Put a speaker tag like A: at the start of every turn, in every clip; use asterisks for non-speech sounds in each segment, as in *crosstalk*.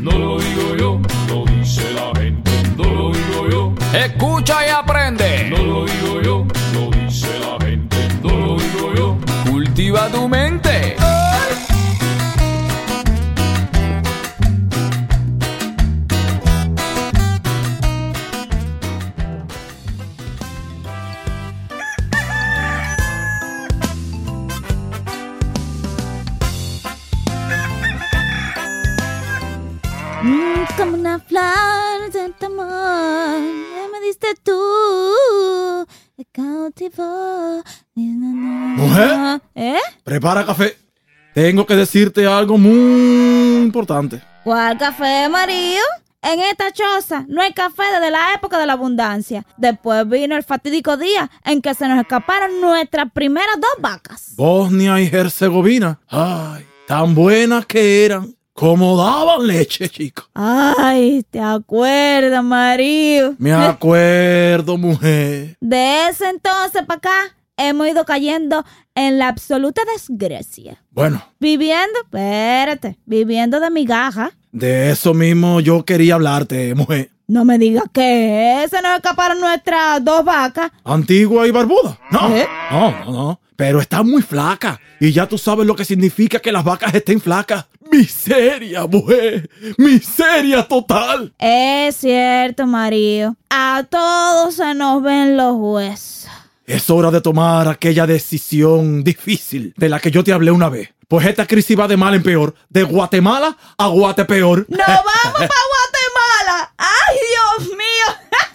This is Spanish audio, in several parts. A: No lo digo yo, lo dice la gente. No lo digo yo,
B: Escucha y aprende.
A: no lo digo yo, lo dice la gente. No lo digo yo.
B: Cultiva tu mente.
C: Mm, como una flor de tu amor que me diste tú me cautivó Ni, na, na,
D: ¿Mujer?
C: na. ¿eh?
D: Prepara café. Tengo que decirte algo muy importante.
C: ¿cuál café marido? En esta choza no hay café desde la época de la abundancia. Después vino el fatídico día en que se nos escaparon nuestras primeras dos vacas.
D: Bosnia y Herzegovina. Ay, tan buenas que eran. Como daban leche, chica.
C: Ay, te acuerdas, Mario.
D: Me acuerdo, mujer.
C: De ese entonces para acá hemos ido cayendo en la absoluta desgracia.
D: Bueno,
C: Viviendo, espérate, viviendo de migaja.
D: de eso mismo yo quería hablarte, mujer.
C: No me digas que se nos escaparon nuestras dos vacas.
D: Antigua y barbuda. No,
C: ¿Eh?
D: no, no, no. Pero está muy flaca. Y ya tú sabes lo que significa que las vacas estén flacas. Miseria, mujer. Miseria total.
C: Es cierto, Mario. A todos se nos ven los huesos.
D: Es hora de tomar aquella decisión difícil de la que yo te hablé una vez. Pues esta crisis va de mal en peor, de Guatemala a Eh, Guatepeor.
C: ¡Nos vamos para Guatemala! ¡Ay, Dios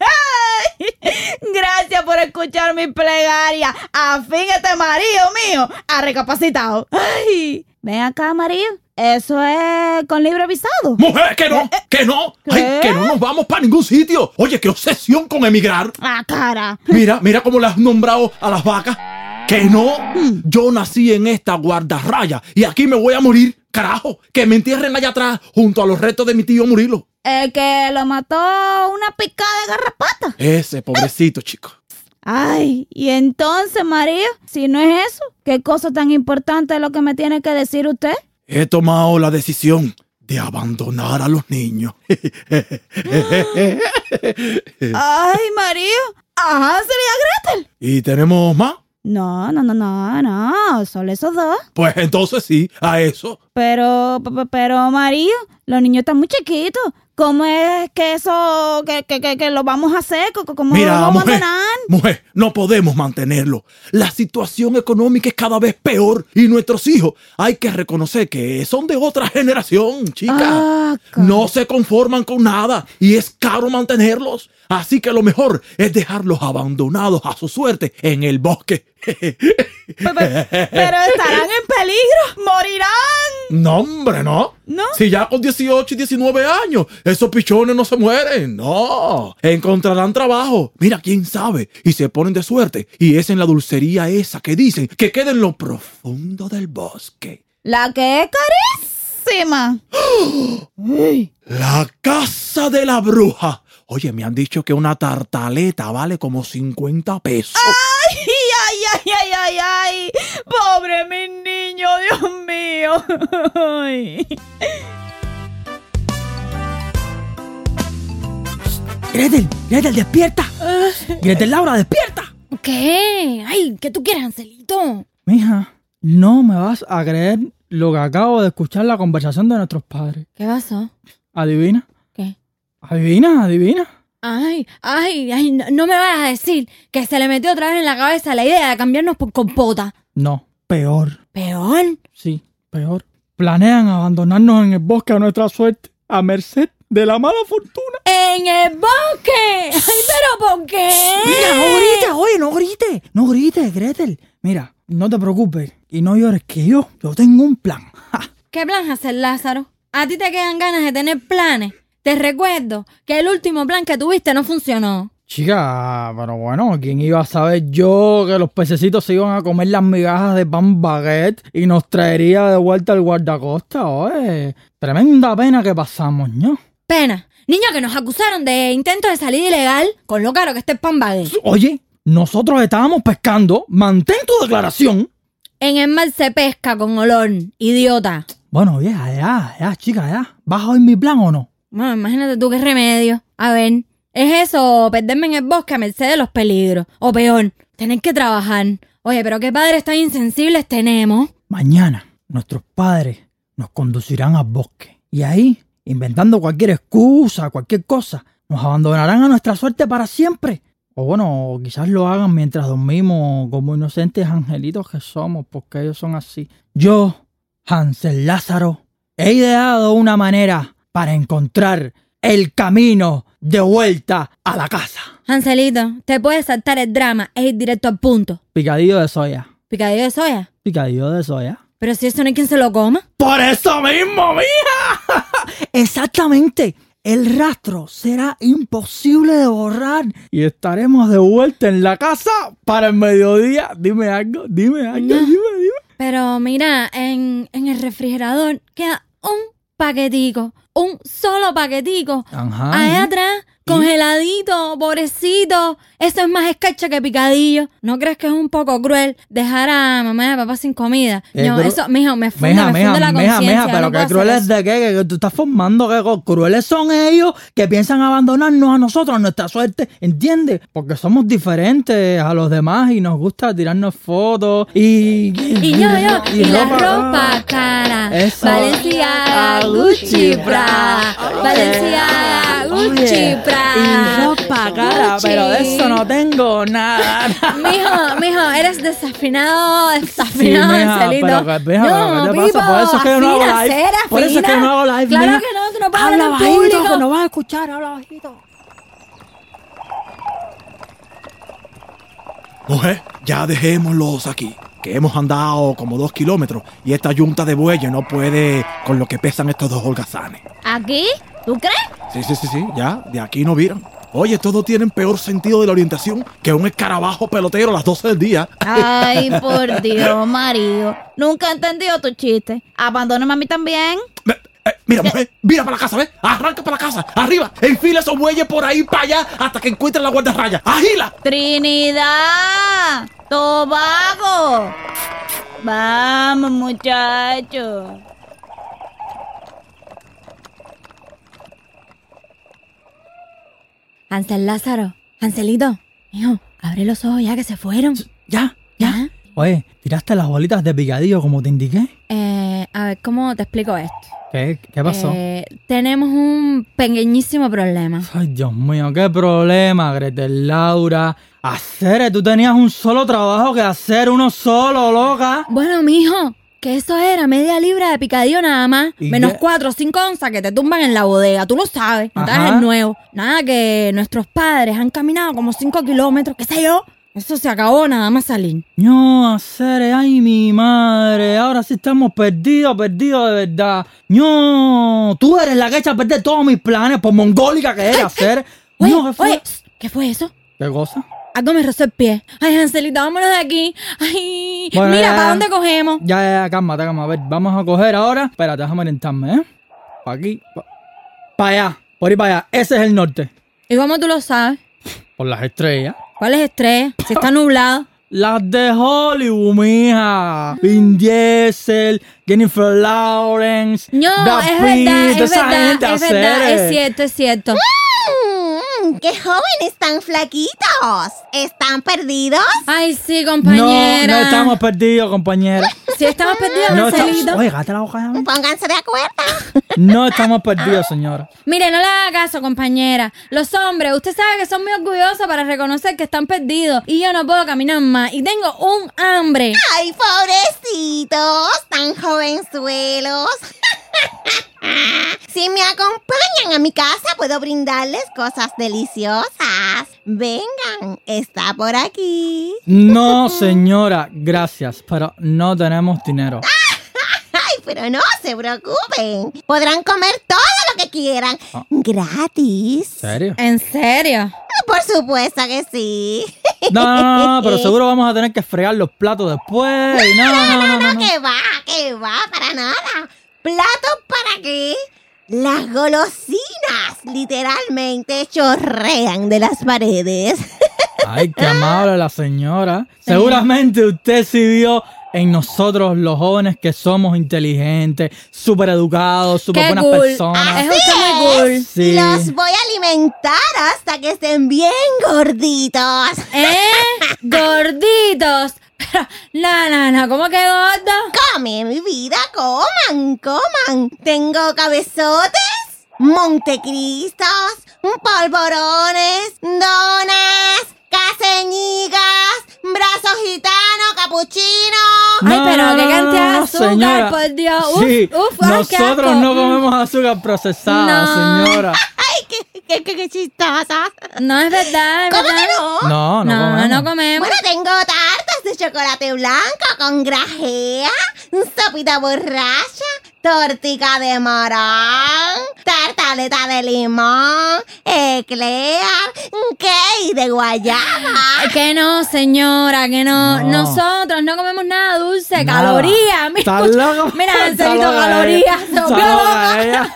C: mío! *laughs* Gracias por escuchar mi plegaria. Al fin este marido mío ha recapacitado. ¡Ay! Ven acá, marido. Eso es con libre visado.
D: ¡Mujer, que no! ¡Que no! ¡Ay,
C: ¿Qué?
D: que no nos vamos para ningún sitio! Oye, qué obsesión con emigrar.
C: ¡Ah, cara!
D: Mira, mira cómo las has nombrado a las vacas. ¡Que no! Yo nací en esta guardarraya y aquí me voy a morir. ¡Carajo! ¡Que me entierren allá atrás junto a los restos de mi tío Murilo!
C: El que lo mató una picada de garrapata.
D: Ese pobrecito chico.
C: Ay, y entonces, María, si no es eso, ¿qué cosa tan importante es lo que me tiene que decir usted?
D: He tomado la decisión de abandonar a los niños.
C: *laughs* Ay, María, ajá, sería Gretel.
D: ¿Y tenemos más?
C: No, no, no, no, no, solo esos dos.
D: Pues entonces sí, a eso.
C: Pero, pe- pe- pero, María, los niños están muy chiquitos. ¿Cómo es que eso, que, que, que, que lo vamos a hacer? Co- co- ¿Cómo lo
D: Mira,
C: vamos a
D: mujer,
C: abandonar?
D: mujer, no podemos mantenerlo. La situación económica es cada vez peor y nuestros hijos hay que reconocer que son de otra generación, chica.
C: Ah, ca-
D: no se conforman con nada y es caro mantenerlos. Así que lo mejor es dejarlos abandonados a su suerte en el bosque. *laughs*
C: Pe- pe- pero estarán en peligro, morirán.
D: No, hombre, no.
C: ¿No?
D: Si ya con 18 y 19 años, esos pichones no se mueren. No. Encontrarán trabajo. Mira, quién sabe. Y se ponen de suerte. Y es en la dulcería esa que dicen que queda en lo profundo del bosque.
C: La que es carísima.
D: La casa de la bruja. Oye, me han dicho que una tartaleta vale como 50 pesos.
C: ¡Ay, ay, ay, ay, ay, ay! ¡Pobre mi niño, Dios mío! Ay.
E: Gretel, Gretel, despierta. Gretel Laura, despierta.
F: ¿Qué? Ay, ¿qué tú quieres, Ancelito?
E: Mija, no me vas a creer lo que acabo de escuchar la conversación de nuestros padres.
F: ¿Qué pasó?
E: Adivina,
F: ¿Qué?
E: adivina, adivina.
F: Ay, ay, ay, no, no me vas a decir que se le metió otra vez en la cabeza la idea de cambiarnos por compota.
E: No, peor.
F: Peor.
E: Sí, peor. Planean abandonarnos en el bosque a nuestra suerte, a merced de la mala fortuna.
F: ¡En el bosque! ¡Ay, pero por qué!
E: Mira, ¡Eh! no grites, oye, no grites. No grites, Gretel. Mira, no te preocupes y no llores que yo, yo tengo un plan. Ja.
F: ¿Qué plan hacer, Lázaro? A ti te quedan ganas de tener planes. Te recuerdo que el último plan que tuviste no funcionó.
E: Chica, pero bueno, ¿quién iba a saber yo que los pececitos se iban a comer las migajas de pan baguette y nos traería de vuelta el guardacosta, oye? Tremenda pena que pasamos, ¿no?
F: Pena. Niño, que nos acusaron de intento de salir ilegal con lo caro que está el pan baguette.
E: Oye, nosotros estábamos pescando, mantén tu declaración.
F: En el mar se pesca con olor, idiota.
E: Bueno, vieja, ya, ya, chica, ya. ¿Vas a oír mi plan o no?
F: Bueno, imagínate tú qué remedio. A ver, es eso, o perderme en el bosque a merced de los peligros. O peor, tener que trabajar. Oye, pero qué padres tan insensibles tenemos.
E: Mañana nuestros padres nos conducirán al bosque y ahí, inventando cualquier excusa, cualquier cosa, nos abandonarán a nuestra suerte para siempre. O bueno, o quizás lo hagan mientras dormimos como inocentes angelitos que somos, porque ellos son así. Yo, Hansel Lázaro, he ideado una manera para encontrar el camino de vuelta a la casa.
F: Ancelito, te puedes saltar el drama e ir directo al punto.
E: Picadillo de soya,
F: Picadillo de soya.
E: picadillo de soya.
F: Pero si eso no hay quien se lo coma.
E: Por eso mismo,
F: *laughs*
E: mija. Exactamente. El rastro será imposible de borrar. Y estaremos de vuelta en la casa para el mediodía. Dime algo, dime algo, dime, dime.
F: Pero mira, en, en el refrigerador queda un paquetico. Un solo paquetico.
E: Ajá.
F: Allá atrás, congeladito, pobrecito. Eso es más escarcha que picadillo. ¿No crees que es un poco cruel dejar a mamá y a papá sin comida?
E: Eh,
F: no,
E: pero-
F: eso, mijo, me funda,
E: Meja,
F: me funda
E: meja, meja,
F: la
E: meja,
F: conciencia,
E: pero
F: no puedo
E: qué
F: hacer
E: crueles
F: eso.
E: de qué, que, que tú estás formando, que co- crueles son ellos que piensan abandonarnos a nosotros, a nuestra suerte, ¿entiendes? Porque somos diferentes a los demás y nos gusta tirarnos fotos y...
F: Y yo, yo, y, la ropa cara.
E: Eso.
F: Valenciaga,
E: Ah,
F: Gucci,
E: Gucci,
F: Prada.
E: Prada.
F: Valenciaga, Gucci,
E: Oye,
F: Prada.
E: Y ropa cara,
F: Gucci.
E: pero de eso no tengo
F: *laughs*
E: nada.
F: Mijo, mijo, eres desafinado,
E: Sí,
F: desafinado,
E: mija,
F: Ancelito.
E: pero que- mija, pero ¿qué te pasa? Por eso es que yo no hago
F: afina,
E: live.
F: cera,
E: Por eso es que yo
F: afina.
E: no hago live,
F: Claro
E: mija.
F: que no, tú no puedes
E: Habla
F: hablar en
E: bajito,
F: público.
E: que no vas a escuchar, habla bajito.
D: Mujer, ya dejémoslos aquí. Que hemos andado como dos kilómetros y esta yunta de bueyes no puede con lo que pesan estos dos holgazanes.
C: ¿Aquí? ¿Tú crees?
D: Sí, sí, sí, sí, ya, de aquí no vieron. Oye, estos dos tienen peor sentido de la orientación que un escarabajo pelotero a las 12 del día.
C: Ay, por Dios, Mario. Nunca he entendido tu chiste. Abandóname a mí también.
D: Ve- eh, Mira, mujer, mira para la casa, ¿ves? Arranca para la casa, arriba, enfila esos bueyes por ahí para allá hasta que encuentren la guardarraya. ¡Agila!
C: Trinidad, Tobago. Vamos, muchachos.
F: Ansel Lázaro, Ancelito, mijo, abre los ojos ya que se fueron.
E: Ya,
F: ¿Ya?
E: Oye, tiraste las bolitas de picadillo como te indiqué.
F: Eh, a ver, ¿cómo te explico esto?
E: ¿Qué, qué pasó?
F: Eh, tenemos un pequeñísimo problema.
E: Ay, Dios mío, qué problema, Gretel Laura. Hacer, tú tenías un solo trabajo que hacer, uno solo, loca.
F: Bueno, mijo, que eso era media libra de picadillo nada más.
E: ¿Y
F: Menos
E: qué?
F: cuatro o cinco onzas que te tumban en la bodega. Tú lo sabes, no te hagas
E: Ajá.
F: el nuevo. Nada que nuestros padres han caminado como cinco kilómetros, qué sé yo. Eso se acabó nada más salir.
E: No, hacer, ay, mi madre. Ahora sí estamos perdidos, perdidos de verdad. No, tú eres la que echa a perder todos mis planes por mongólica que eres, hacer.
F: Oye,
E: No, ¿qué fue?
F: oye, psst, ¿qué fue eso?
E: ¿Qué cosa?
F: Algo me rozó el pie. Ay, Ancelita, vámonos de aquí. Ay,
E: Bueno,
F: mira,
E: ya,
F: ¿para
E: ya.
F: dónde cogemos?
E: Ya, ya, ya, cálmate, cálmate. A ver, vamos a coger ahora. Espérate, déjame orientarme, ¿eh? Pa' aquí, para allá, por ahí para allá. Ese es el norte.
F: ¿Y cómo tú lo sabes?
E: Por las estrellas.
F: ¿Cuál es estrella? Si está nublado.
E: Las de Hollywood, mija.
F: Mm.
E: Vin Diesel, Jennifer Lawrence.
F: No,
E: Brad
F: es
E: Pitt,
F: verdad,
E: toda
F: es
E: esa
F: verdad,
E: gente,
F: es verdad,
E: hacer.
F: es cierto, es cierto.
G: Mm, ¡Qué jóvenes tan flaquitos! ¿Están perdidos?
F: Ay, sí,
E: No,
F: compañera.
E: no estamos perdidos, compañera.
F: Si estamos perdidos,
E: No
F: Marcelito.
E: estamos. Oye, gata la boca, ya.
G: Pónganse de acuerdo.
E: No estamos perdidos, señora.
F: Mire, no le haga caso, compañera. Los hombres, usted sabe que son muy orgullosos para reconocer que están perdidos. Y yo no puedo caminar más. Y tengo un hambre.
G: ¡Ay, pobrecitos! ¡Tan jovenzuelos! *laughs* Si me acompañan a mi casa, puedo brindarles cosas deliciosas. Vengan, está por aquí. *laughs*
E: No, señora, gracias, pero no tenemos dinero.
G: Ay, pero no se preocupen. Podrán comer todo lo que quieran. Gratis.
E: ¿En serio?
F: ¿En serio?
G: Por supuesto que sí.
E: No, no, no, no, pero seguro vamos a tener que fregar los platos después. y No, no, no, no. no,
G: no, que va, que va, para nada. ¿Platos para qué? Las golosinas literalmente chorrean de las paredes.
E: Ay, qué amable la señora. Seguramente usted sí vio en nosotros los jóvenes que somos inteligentes, súper educados, súper
F: Qué
E: buenas
F: cool. Ah,
E: personas.
F: Es usted muy cool.
E: Sí.
G: *laughs* Los voy a alimentar hasta que estén bien gorditos.
F: ¿Eh? Gorditos. Pero, no, no, no, ¿cómo que gordo?
G: Come, mi vida, coman, coman. Tengo cabezotes, montecristos, polvorones, donas, caseñigas, brazos gitano, capuchino.
F: Ay, pero qué cantidad de azúcar, por Dios. Uf,
E: sí,
F: uf, ay, qué
E: nosotros
F: asco.
E: no comemos azúcar procesada,
F: No.
E: señora.
G: Ay, qué, qué, qué, qué chistosas.
F: No es verdad, es
G: ¿Cómo
F: verdad.
G: que no?
E: No, no, comemos.
F: no comemos.
G: Bueno, tengo tartas de chocolate blanco con grajea, sopita borracha, tortica de morón, tartaleta de limón, eclear, cake de guayaba.
F: Ay, Que no, señora, que no.
E: No.
F: Nosotros no comemos nada dulce,
E: Nada.
F: *laughs* calorías. Mira,
E: ¿Estás
F: escucha,
E: loco?
F: mira,
E: Está
F: Angelito,
E: loca
F: calorías.
E: ella.
F: Se
E: Está
F: volvió
E: loca
F: loca.
E: ella.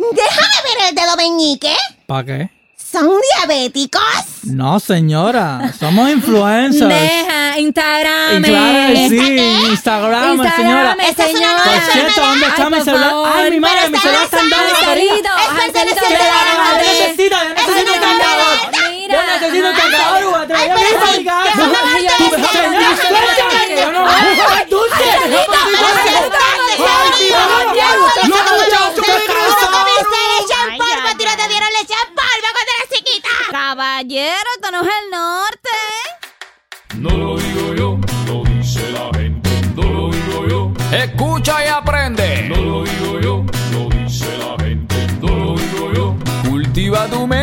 G: Déjame ver el dedo meñique.
E: ¿Para qué?
G: ¿Son diabéticos?
E: No, señora. Somos influencers.
F: Deja, Instagram. eh,
E: Y claro, que sí,
G: qué?
E: Instagram, señora.
G: Esta es una
F: señora.
E: Por
G: nueva
E: cierto, ¿dónde está
F: Ay,
E: mi
F: por
E: celular?
F: favor.
E: Ay, mi madre,
G: Pero
E: mi
G: está
E: celular está andando.
G: en la
E: la
F: Angelito,
E: vida.
G: Es
F: Angelito,
G: perteneciente
F: te
G: a
F: la
G: la
F: mandé.
G: madre.
E: necesito, yo necesito
G: una
E: un cargador.
F: este Mira.
E: Yo necesito un cargador, Hugo, te lo
G: Ay,
E: voy a
G: pero sí,
E: fabricar.
F: déjame ver,
E: Tú, pero,
F: déjame
E: señora,
F: ver, déjame ver.
E: suéltame, que yo no voy a comer dulce. Yo
F: Angelito,
E: contigo
F: pero
E: no.
F: suéltame,
E: Ay, mi madre, no, muchacho, qué cargador.
G: leche en
C: Ay,
G: polvo,
C: ay,
G: a ti no te
C: ay.
G: dieron leche en polvo cuando eras chiquita.
C: Caballero, esto no es el norte.
A: No lo digo yo, lo dice la gente. No lo digo yo,
B: Escucha y aprende.
A: no lo digo yo, lo dice la gente. No lo digo yo.
B: Cultiva tu mente.